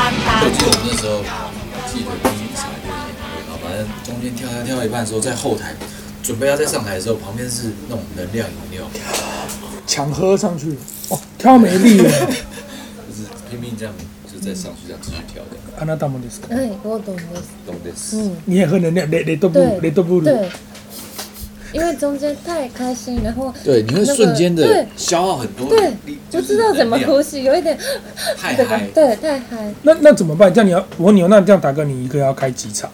我们那时候记得第一场电影，然后反正中间跳跳跳一半的时候，在后台准备要再上台的时候，旁边是那种能量饮料，抢喝上去，哦，跳没力 了。就是拼命这样，就再上去这样继续跳的。あなたもですか？はい、我懂です。懂的是，嗯，你也喝能量，雷雷都不对，雷都不鲁。对，因为中间太开心，然后对，你会那个瞬间的对消耗很多对力，，不就是知道怎么能量呼吸，有一点太对吧嗨？对，太嗨。那那怎么办？这样你要我问你哦，那这样达哥，你一个要开几场？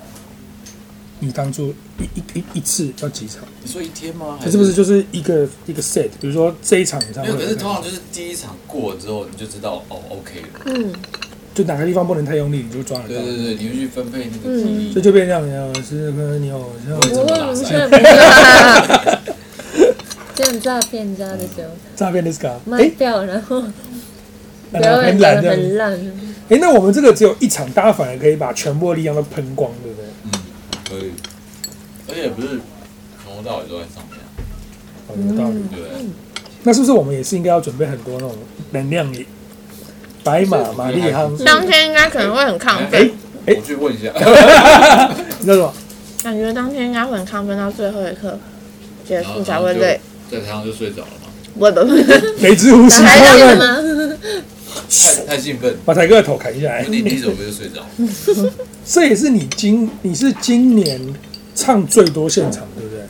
你当初一一一一次要几场？你说一天吗？还是不是就是一个一个 set？比如说这一场你唱没有，可是通常就是第一场过了之后，你就知道哦，OK 了。嗯，就哪个地方不能太用力，你就抓得对到。对对，你会去分配那个体嗯力。这就变这样，你要是个你好像我问不是不是，这样诈骗家的时候诈骗 this guy。卖哎，掉，然后那表他演很得懒这样很子。烂，哎，那我们这个只有一场，大家反而可以把全部的力量都喷光，对不对？嗯，可以。而且也不是从头到尾都在上面啊，哦有道理。对不对？那是不是我们也是应该要准备很多那种能量饮？白马、玛丽汤，当天应该可能会很亢奋，嗯哎我去问一下。那种感觉当天应该会很亢奋到最后一刻结束才哦会累。，在台上就睡着了嘛，不会不会，梅之呼吸，还然后让你呢吗？太太兴奋，把台哥的头砍下来就。你第一首歌就睡着。这也是你今你是今年唱最多现场，对不对？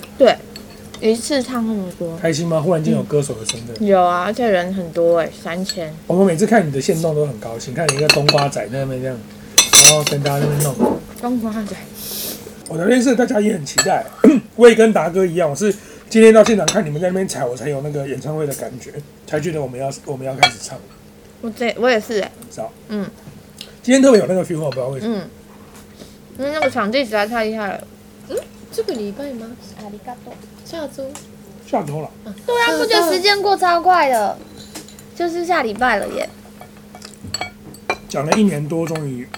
对， 一次唱那么多，开心吗？忽然间有歌手的身份，有啊，而且人很多哎、三千。我们每次看你的现动都很高兴，看你一个冬瓜仔在那边这样，然后跟大家在那边弄。东瓜仔，我的认识大家也很期待， 我也跟达哥一样，我是今天到现场看你们在那边踩，我才有那个演唱会的感觉，才觉得我们要我们要开始唱。我这我也是哎、知道？嗯，今天特别有那个 feel，我不知道为什么。嗯，因为那个场地实在太厉害了。这个礼拜吗？ありがとう。下周下周了，对啊，不觉得时间过超快的？就是下礼拜了耶。讲了一年多，终于，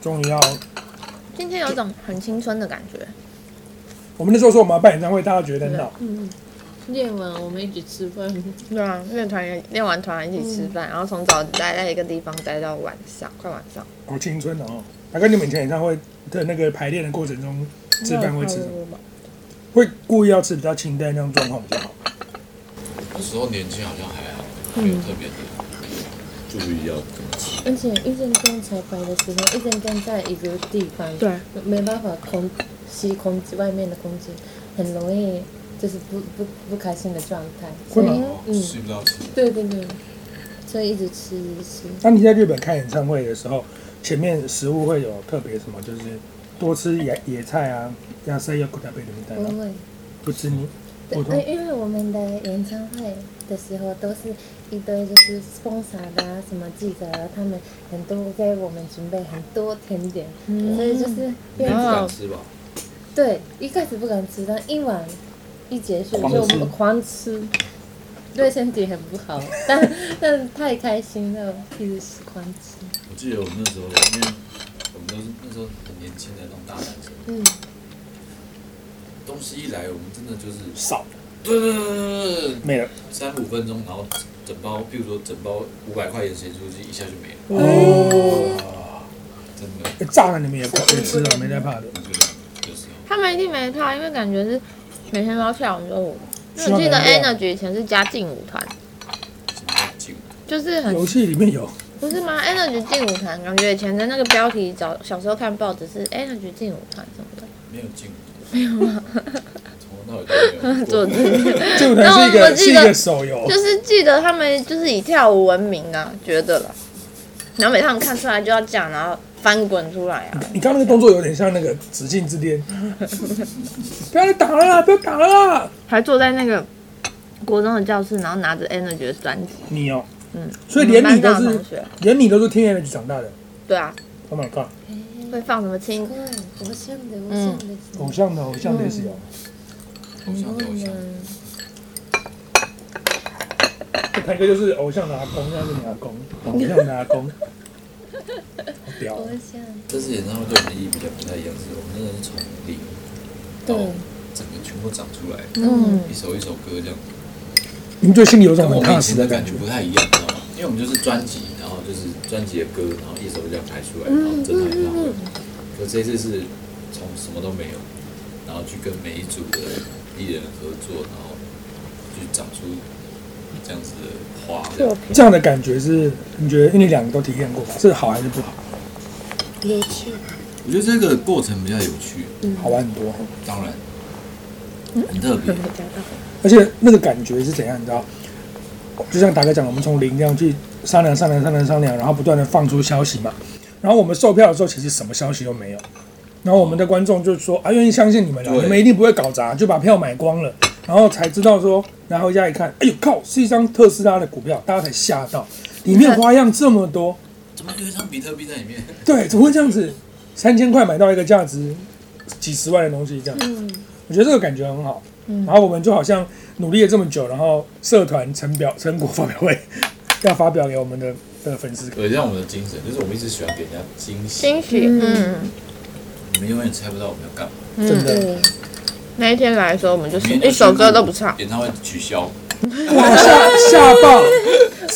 终于要，今天有一种很青春的感觉，我们那时候说我们要办演唱会，大家觉得很闹，练完我们一起吃饭，对啊，乐团也练完团一起吃饭，然后从早待在一个地方待到晚上，快晚上。好青春的哦。大哥，你们以前演唱会的那个排练的过程中，吃饭会吃嗯什么？么？会故意要吃比较清淡那种状况比较好。那时候年轻好像还好，没有特别的注意要怎么吃。而且一阵间彩排的时候，一阵间在一个地方，对，没办法空吸空气，外面的空气很容易就是不不不开心的状态。会所以吗？嗯睡不到吃，对对对，所以一直吃一直吃。当你在日本看演唱会的时候，前面食物会有特别什么，就是多吃野野菜啊，野菜要固定被你们带不吗？会，不吃你，普嗯对，哎通因为我们的演唱会的时候都是一堆就是 sponsor 的、啊、什么记者、啊，他们很多给我们准备很多甜点，所以就是你变不成敢吃吧？对，一开始不敢吃，但一晚一结束狂就吃狂吃，对身体很不好。 但但太开心了，一直吃狂吃。我记得我们那时候，因为我们都是那时候很年轻的那种大男生，嗯，东西一来，我们真的就是少对对对对对对没了。三五分钟，然后整包，譬如说整包五百块钱咸酥鸡一下就没了，嗯哦，哎真的，炸了你们也也吃了，没在怕的。我觉得有时候他们一定没怕，因为感觉是每天都要跳很多舞。因希为我望记得能练 Energy 以前是加劲舞团，什么进就是嗯很游戏里面有，不是吗？Energy 哎劲舞团，感觉以前的那个标题，小小时候看报纸是哎 Energy 劲舞团什么的，没有进，没有啊，从头到尾都没有做过。字 这个可能是一然后我个记是一得个手游 就。是记得他们就是以跳舞闻名啊，觉得了。然后每趟看出来就要讲，然后翻滚出来啊。你刚刚那个动作有点像那个《紫禁之巅》， 不要再打了啦，不要打了啦！还坐在那个国中的教室，然后拿着 Energy 的专辑，你哦，嗯，所以连你班都上的是同学，连你都是听 Energy 长大的。对啊， Oh my god，哎会放什么奇轻怪，我像的，我像的，偶像的偶像电视哦，偶像的偶像，那个就是偶像的阿公，那是你阿公，偶像的阿公，好屌我哦！像，这次演唱会对我们的意义比较不太一样，是我们真的是从零到对整个全部长出来，嗯，一首一首歌这样，你们就心里有种跟很我们踏以实前的的感感觉。觉不太一样，你知道吗？因为我们就是专辑，然后就是专辑的歌，然后一首这样排出来，然后整场演唱会。可这次是从什么都没有，然后去跟每一组的艺人合作，然后去长出这样子的花。这样这样的感觉是，你觉得因为你两个都体验过，是好还是不好？我觉得这个过程比较有趣，嗯好玩很多。当然很特 别。而且那个感觉是怎样，你知道？就像达哥讲，我们从零这样去商量、商量、商量、商量，然后不断的放出消息嘛。然后我们售票的时候，其实什么消息都没有。然后我们的观众就说：“啊，愿意相信你们了，对你们一定不会搞砸，就把票买光了。”然后才知道说，然后家一看，哎呦靠，是一张特斯拉的股票，大家才吓到，里面花样这么多，怎么有一张比特币在里面？对，怎么会这样子？三千块买到一个价值几十万的东西，这样，我觉得这个感觉很好。然后我们就好像努力了这么久，然后社团成表成果发表会要发表给我们的的粉丝，对，像我们的精神，就是我们一直喜欢给人家惊喜，惊喜，嗯， 你们永远猜不到我们要干嘛。真的，对，那一天来的时候，我们就是明天一首歌都不唱，演唱会取消，哇，吓吓爆！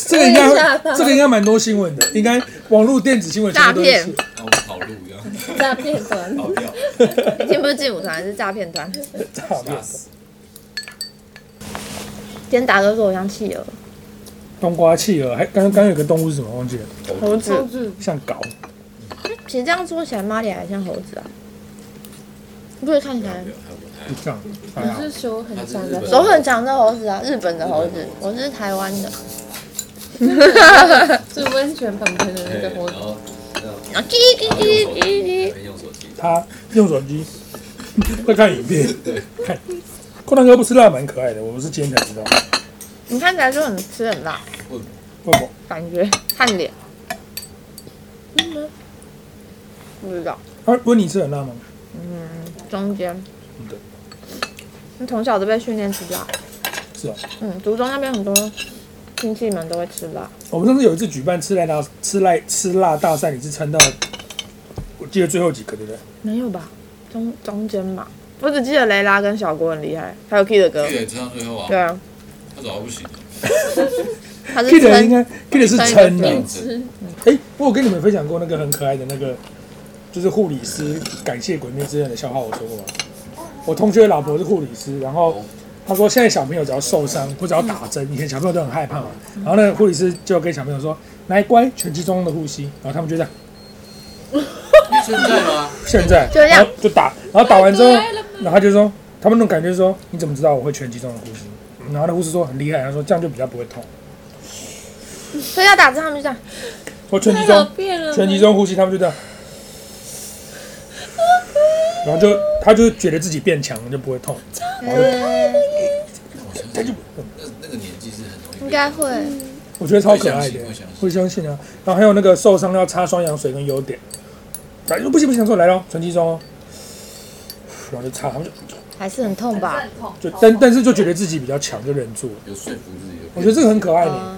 这个应我也该吓到这个应该蛮多新闻的，应该网络电子新闻全部都诈是骗。然后我们跑路这样，诈骗团，跑 掉，已经不是劲舞团，是诈骗团。今诈骗吓死。天达哥说我像企鹅，冬瓜企鹅，还刚刚刚有个动物是什么忘记了，猴超子。子像狗，其实这样说起来，玛丽还像猴子啊，你不是看起来没有还有我还就好这样，还你好是手很他长是日本的，手很长的猴子啊，日本的猴子，我是台湾的。是温泉旁边的那对个猴子然。后呃这样然啊后叽叽然后叽用手叽机叽，然后用手机，他用手机在看影片，看。扣蛋哥不吃辣蛮可爱的，我是今天才知道。你看起来就很吃很辣，不不，感觉看脸。嗯不知道，啊，温你吃很辣吗？中间对。你从小都被训练吃辣，是哦。嗯，竹中那边很多亲戚们都会吃辣。我们上次有一次举办吃辣大吃辣吃辣大赛，你是撑到我记得最后几个对不对？没有吧？中中间吧，我只记得雷拉跟小郭很厉害，还有 Kid 的歌记。得撑到最后啊对，啊，他早到不行了，他是 Kid 应真该 Kid 是撑撑的的。吃哎，我有跟你们分享过那个很可爱的那个，就是护理师感谢《鬼灭之刃》的笑话，我说过吗？我同学的老婆是护理师，然后他说现在小朋友只要受伤或者要打针，以前小朋友都很害怕嘛。然后那个护理师就跟小朋友说：“来乖，全集中的呼吸。”然后他们就这样，现在吗？现在就这样然后就打，然后打完之后，然后他就说，他们那种感觉是说，你怎么知道我会全集中的呼吸？然后那护士说很厉害，他说这样就比较不会痛。所以要打字，他们就这样。我全集太中好变了，全集中呼吸，他们就这样，然后就他就觉得自己变强了，就不会痛。然后就我相信那那个年纪是很容易被应啊该会。我觉得超可爱会相的信会相，信会相信啊。然后还有那个受伤要擦双氧水跟优点，反正不行不行，说来咯，全集中哦，然后就擦，他们就还是很痛吧？就但但是就觉得自己比较强，就忍住了。有说服自己的。我觉得这个很可爱的，啊，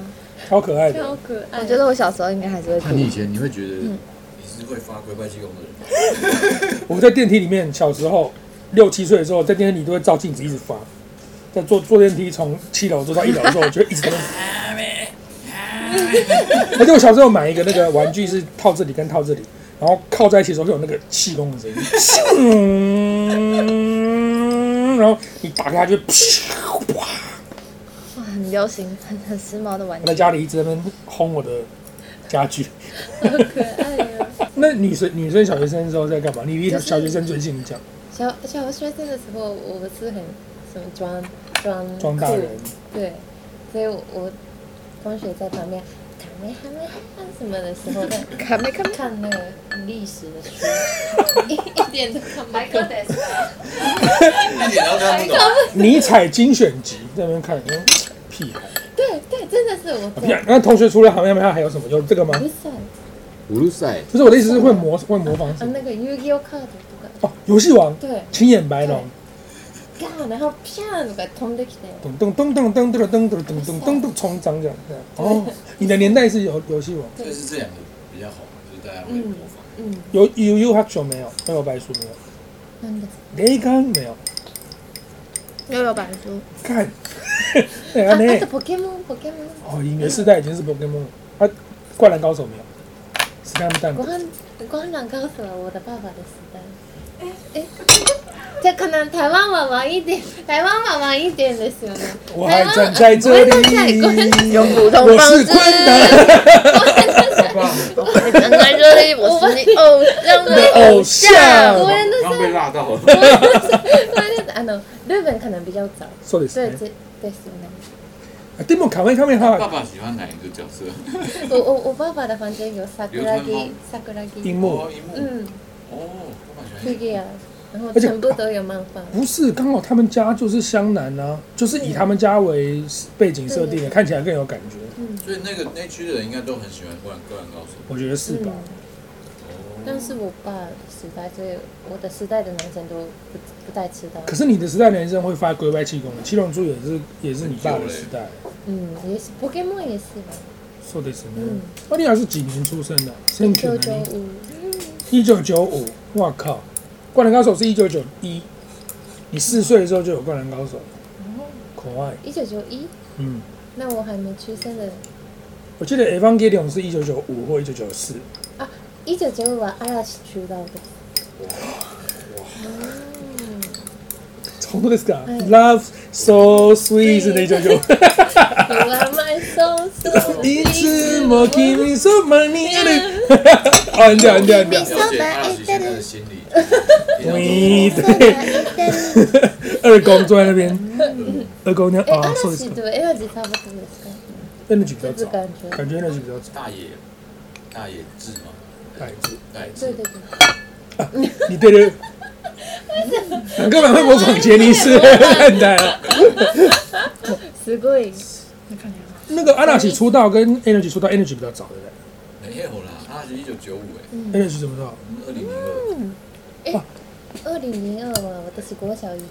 超可爱的。超可爱。我觉得我小时候应该还是会那你以哭。前你会觉得嗯你是会发鬼怪气功的人吗？我在电梯里面，小时候六七岁的时候，在电梯里都会照镜子一直发。在坐坐电梯从七楼坐到一楼的时候，我就一直在那边而且我小时候买一个那个玩具是套这里跟套这里，然后靠在一起的时候会有那个气功的声音咻，然后你打开它就啪，哇，很流行，很很时髦的玩我具。在家里一直在那边轰我的家具。 那女生女生小学生的时候在干嘛？你离小学生最近讲小小学生的时候，我是很什么装装装大酷人，对，所以我我同学在旁边卡梅哈梅哈什么的时候，在看没看？看那个历史的书，一一点都看不懂。一点都看 不懂。尼采精选集在那边看，嗯屁孩。对对，真的是我啊不在然那同学除了好像没有还有什么？有这个吗不？是啊，葫芦赛，不是我的意思是会模会模仿什么？那个 Yu-Gi-Oh card とか哦，游戏王，对，青眼白龙，ガーン然后ピャーンとか飛んできて、噔噔噔噔噔噔噔噔噔噔噔噔冲张这样。这样哦，你的年代是游游戏王，就是这两个比较好，就是大家会模仿。嗯，有有有哈球没有？没有白书没有？なんだ雷刚没有？又有板书，看，哎あ、呀あと那ポケモンポケモン哦，你的世代已经是 Pokemon 了。啊，灌篮高手没有？吃他们蛋国糕。汉国汉党告诉我我的爸爸的时代。 哎这可能台湾晚晚一点，台湾晚晚一点的时候呢。我还站在这我还站在国汉里，用普通我方是式。昆南难怪说的我是你偶像的的偶偶像像。国人的刚被辣到了， あの日本可能比较早。そうですね。对对对，是呢。でも可愛い可愛い爸は爸喜欢哪一个角色？我我我爸爸的房间有流桜川木枫，桜木，樱木哦，，樱木，嗯哦，爸爸喜欢樱木。 ，figure，然后而且全部都有漫画。不是刚好他们家就是湘南啊，就是以他们家为背景设定的，看起来更有感觉。嗯哦所以那个那区的人应该都很喜欢《灌灌篮高手我觉得是吧？嗯哦，但是我爸的时代，所以我的时代的男生都不不太知道。可是你的时代男生会发龟外气功的，七龙珠也是也是你爸的时代。嗯，也是，Pokemon 也是吧。そうですね嗯。啊那你还是几年出生的？一千九九九五，一九九五，哇靠！灌篮高手是一九九一，你四岁的时候就有灌篮高手，哦可爱。一九九一，嗯，那我还没出生的。我记得 Evangelion 是一九九五或一九九四，一九九五啊，阿拉斯出道 的。超多ですか哎？Love so sweet 是一九 九五。 You are my soul, soul. いつも君そばにいる。啊，很屌很屌很屌了。解阿喜现在的心理。嗯喂，对，二公坐在那边，二公呢？哎，啊阿，そう拉です斯か。对 e n e 差不多ですか。 energy 比较就是早，感觉。感觉 energy 比较早。大野，大野智吗？哎，大野对智。对对，你对的，两个版会模仿杰尼斯看待了。すごい。那个安娜喜出道跟 energy 出道，energy 比较早的嘞没有啦，阿喜一九九五嗯哎， ，energy 怎么到？二零零二。二零零二嘛，私国小一年。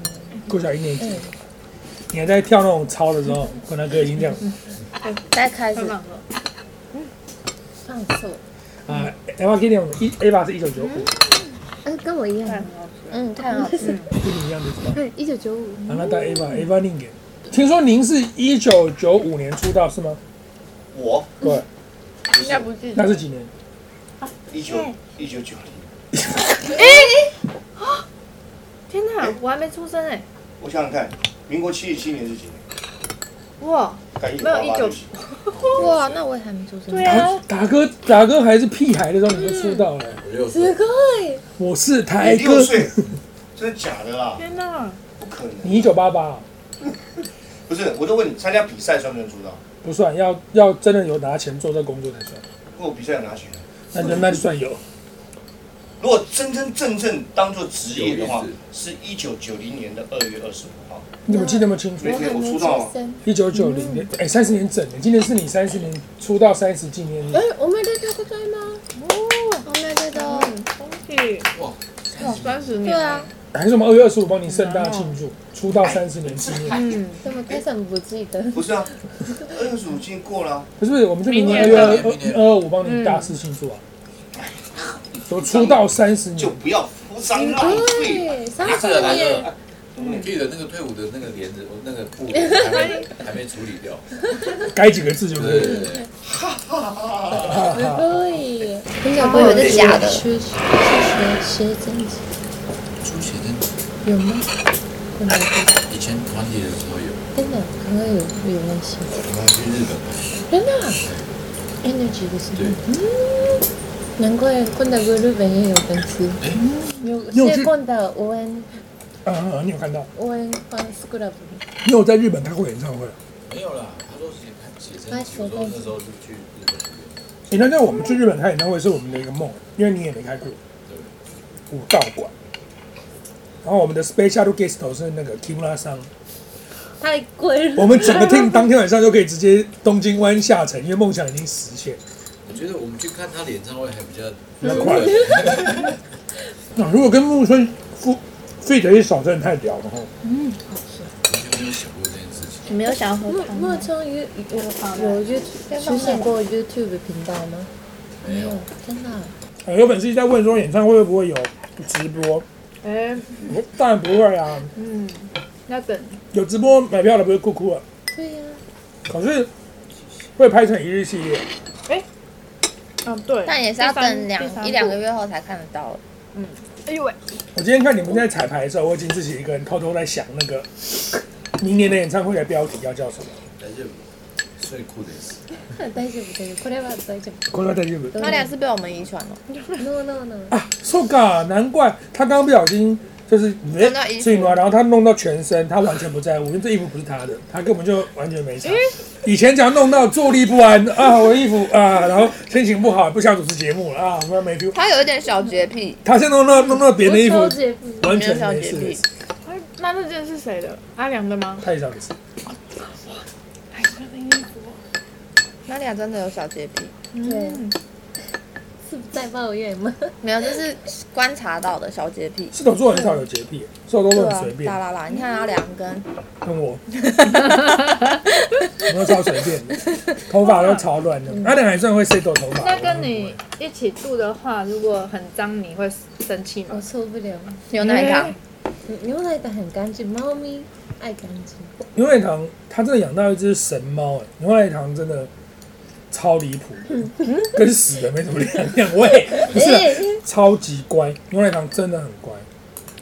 郭小一年级，嗯你还在跳那种操的时候，灌篮哥已经这样嗯再开始，放手，嗯啊，Eva g i l l i a m 一 Eva 是一九九五，嗯，跟我一样，嗯，太好吃。跟你一样的是吧？对，一九九五，啊，那带 Eva Eva 宁给，听说您是一九九五年出道是吗？我对，应该不是 那是几年？一嗯九一九九零，天哪，我还没出生哎！我想想看，民国七十七年是几年？哇，干一九没有八19八就行哇，那我也还没出生。对啊，嗯达达哥达哥还是屁孩的时候你就出道了，我六岁す。ごい。我是台你哥六，岁，真的假的啦？天哪，不可能，你一九八八不是，我就问你，参加比赛算不算出道？不算，要要真的有拿钱做这工作才算，如果比赛有拿钱，那就那就算有。如果真真正正当做职业的话有意，是一九九零年的二月二十五号，你怎么记那么清楚没？我还没出啊生。一九九零年，哎，三十年整的，今年是你三十年出道三十纪念日哎，，我们在做在吗？我们觉得恭喜！哇，哇，三十对年。啊，还是我们二月二十五帮你盛大庆祝出道三十年纪念？嗯，怎么开场不记得？不是啊？二月二十五已经过了啊，不是不是，我们是明年二明月年二明年二二五帮你大肆庆祝啊！都出道三十就年，不要铺张浪嗯费。对，三十年，啊嗯你记得那个退伍的那个帘子，那个布还没 还没处理掉。嗯改几个字就可对以。对对，すごい。很小朋友是假的，出学学真集出写真有吗？有没有？以前团体的时候有，真的，刚刚有有那些，我们去日本拍，真的，energy 的是。对，难怪昆达哥日本也有粉丝，有是昆达欧恩啊啊，啊你有看到？欧恩 fans club。你有在日本开过演唱会？没有啦，他说写他写真集，我说那时候是去日本那边，你哎那在我们去日本开演唱会是我们的一个梦，因为你也没开过武道馆。然后我们的 special guest 是那个 Kimura 桑，太贵了。我们整个 team 当天晚上就可以直接东京湾下沉，因为梦想已经实现。我觉得我们去看他演唱会还比较比较快那如果跟木村夫 fit 一少，真的太屌了哈！完全没有想过这件事情。你没有想要喝莫汤吗莫聪有有有 YouTube 出现过 YouTube 频道吗？没有，，真的啊。呃有粉丝在问说演唱会会不会有直播？哎，我当然不会啊，嗯，那等有直播买票的不是酷酷啊，对呀，可是会拍成一日系列。哎嗯，对。但也是要第三第三等两部一两个月后才看得到了。哎呦喂，我今天看你们在彩排的时候，我已经自己一个人偷偷在想那个明年的演唱会的标题要叫什么。大丈夫。最酷的是，大丈夫大丈夫これは大丈これは大丈夫。他俩是被我们遗传哦了，夫 No no no 错嘎，难怪他刚刚不小心就是哎弄到衣服所以嘛，然后他弄到全身，他完全不在乎，因为这衣服不是他的，他根本就完全嗯没差。以前只要弄到坐立不安啊，我的衣服啊，然后心情不好，不想主持节目了啊，我没 feel。他有一点小洁癖，他现在弄到弄到别人的衣服，超级不完没有全小没洁事癖，。哎那这件是谁的？阿良的吗？太小事。他俩真的有小洁癖，对是在抱怨吗？没有，这是观察到的小洁癖。射手座很少有洁癖，射手座对都啊很随，啦便，啦啦，你看他啊两根，跟我，我都超随便的，头发都超乱的。阿良还算会 set 头发。嗯那跟你一起住的话，如果很脏，你会生气我吗？受不了。牛奶糖，牛奶的很干净，猫咪爱干净。牛奶糖，它真的养到一只神猫哎、牛奶糖真的超离谱，跟死的没什么两样。喂，不是啊、超级乖，牛奶糖真的很乖。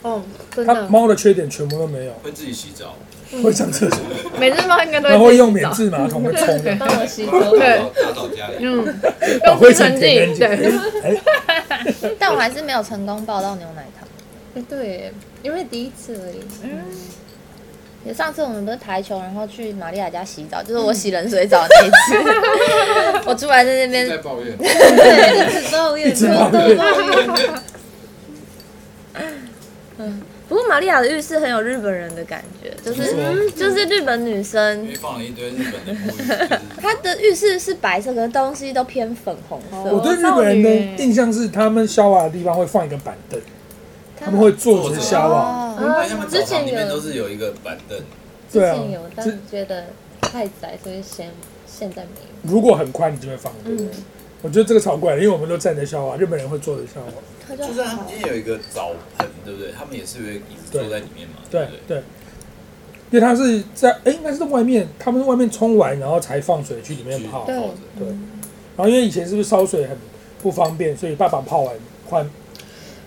哦，真它的，猫的缺点全部都没有，会自己洗澡，会上厕所，每只猫应该都然后会自会己用免找治马桶的冲，帮我洗头。打扫打扫家里。嗯，把用灰吸尘尘舔干剂，对，净。哎，但我还是没有成功抱到牛奶糖。对，因为第一次而已。也上次我们不是台球，然后去玛利亚家洗澡，就是我洗冷水澡那一 次，我出来在那在边，抱怨，对，一直抱怨，哎一直抱都怨抱怨。不过玛利亚的浴室很有日本人的感觉，就是嗯就是日本女因生为，放了一堆日本的沐啊浴就是她的浴室是白色，可是东西都偏粉红我色，对日本人的印象是，他们消瓦的地方会放一个板凳，他们们会坐着消瓦。哦哎他啊，们之澡前堂里面都有，之是有一个板凳，对啊前有，，但这是觉得太窄，所以现现在没有。如果很宽，你就会放。对不对我觉得这个超怪，因为我们都站着消瓦，日本人会坐着消瓦。她就就是他们今天有一个澡盆，对不对？他们也是有一个椅子坐在里面嘛，对不对？对，因为他是在哎、应该是在外面，他们是外面冲完然后才放水去里面泡。对然后因为以前是不是烧水很不方便，所以爸爸泡完换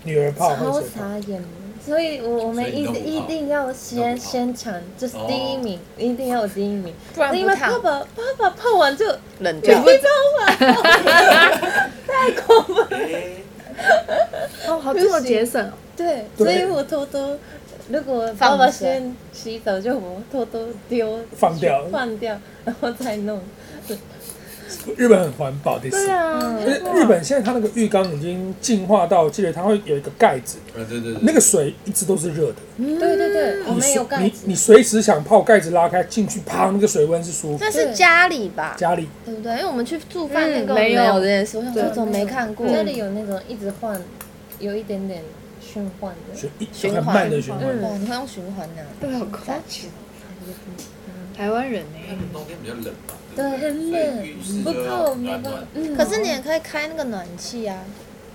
女儿泡换超水泡。傻眼，所以我我们一所以直你弄不一好定要弄先不好宣传，就是哦第一名，一定要有第一名，不然因不为爸烫，爸爸爸泡完就冷你掉。帮我，太恐怖。哦，好这么节省哦，对，对所以我偷偷，如果爸爸放着先洗澡，就我偷偷丢放掉放掉，然后再弄。日本很环保的，对啊，因为日本现在它那个浴缸已经进化到，记得它会有一个盖子，啊对对对，那个水一直都是热的。对对对，嗯我你们随有盖你子你，随时想泡，盖子拉开进去，啪，那个水温是舒服。那是家里吧，家里对不对？因为我们去住饭店嗯根本没没有有这嗯件事，我想说对怎么没看过？家里有那种一直换，有一点点循环的。循循很环慢的循环，哦，你会用循环的啊，对，好夸张，台湾人呢？冬天比较冷吧，对，很所以冷，浴室不就泡要没暖办法暖。。嗯可是你也可以开那个暖气啊，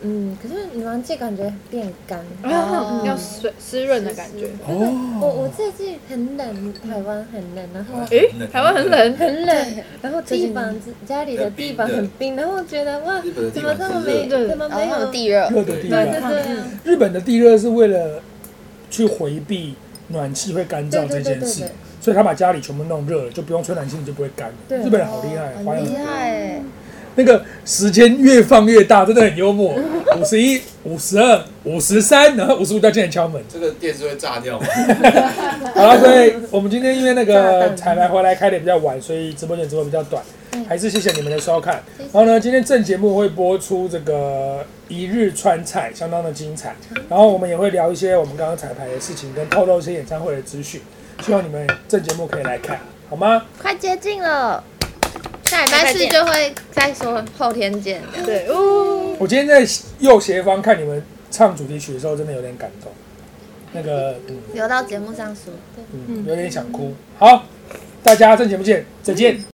嗯，可是暖气感觉变干。哦，要水湿润的感觉。哦我我最近很冷，台湾很冷，然后哦诶，台湾很冷，很冷，然后最近地板家里的地板很冰，然后觉得哇日本的，怎地么板这么是没热的怎么没然后有有地嗯热，哦热的地对对方。对啊，日本的地热是为了去回避暖气会干燥这件事对对对对对，所以他把家里全部弄热了，就不用吹暖气，你就不会干了。对日本人好厉害，华人很厉害欸，那个时间越放越大，真的很幽默。五十一、五十二、五十三，然后五十五就要进来敲门。这个电是会炸掉吗？好 了，所以我们今天因为那炸个弹彩排回来开的比较晚，所以直播间直播比较短，还是谢谢你们的收看。嗯谢然后呢，今天正节目会播出这个一日川菜，相当的精彩。嗯然后我们也会聊一些我们刚刚彩排的事情，跟透露一些演唱会的资讯。希望你们正节目可以来看，好吗？快接近了，下礼拜四就会再说，后天见。对，哦，我今天在右斜方看你们唱主题曲的时候，真的有点感动，那个嗯留到节目上说。嗯嗯，有点想哭。好，大家正节目见，再见。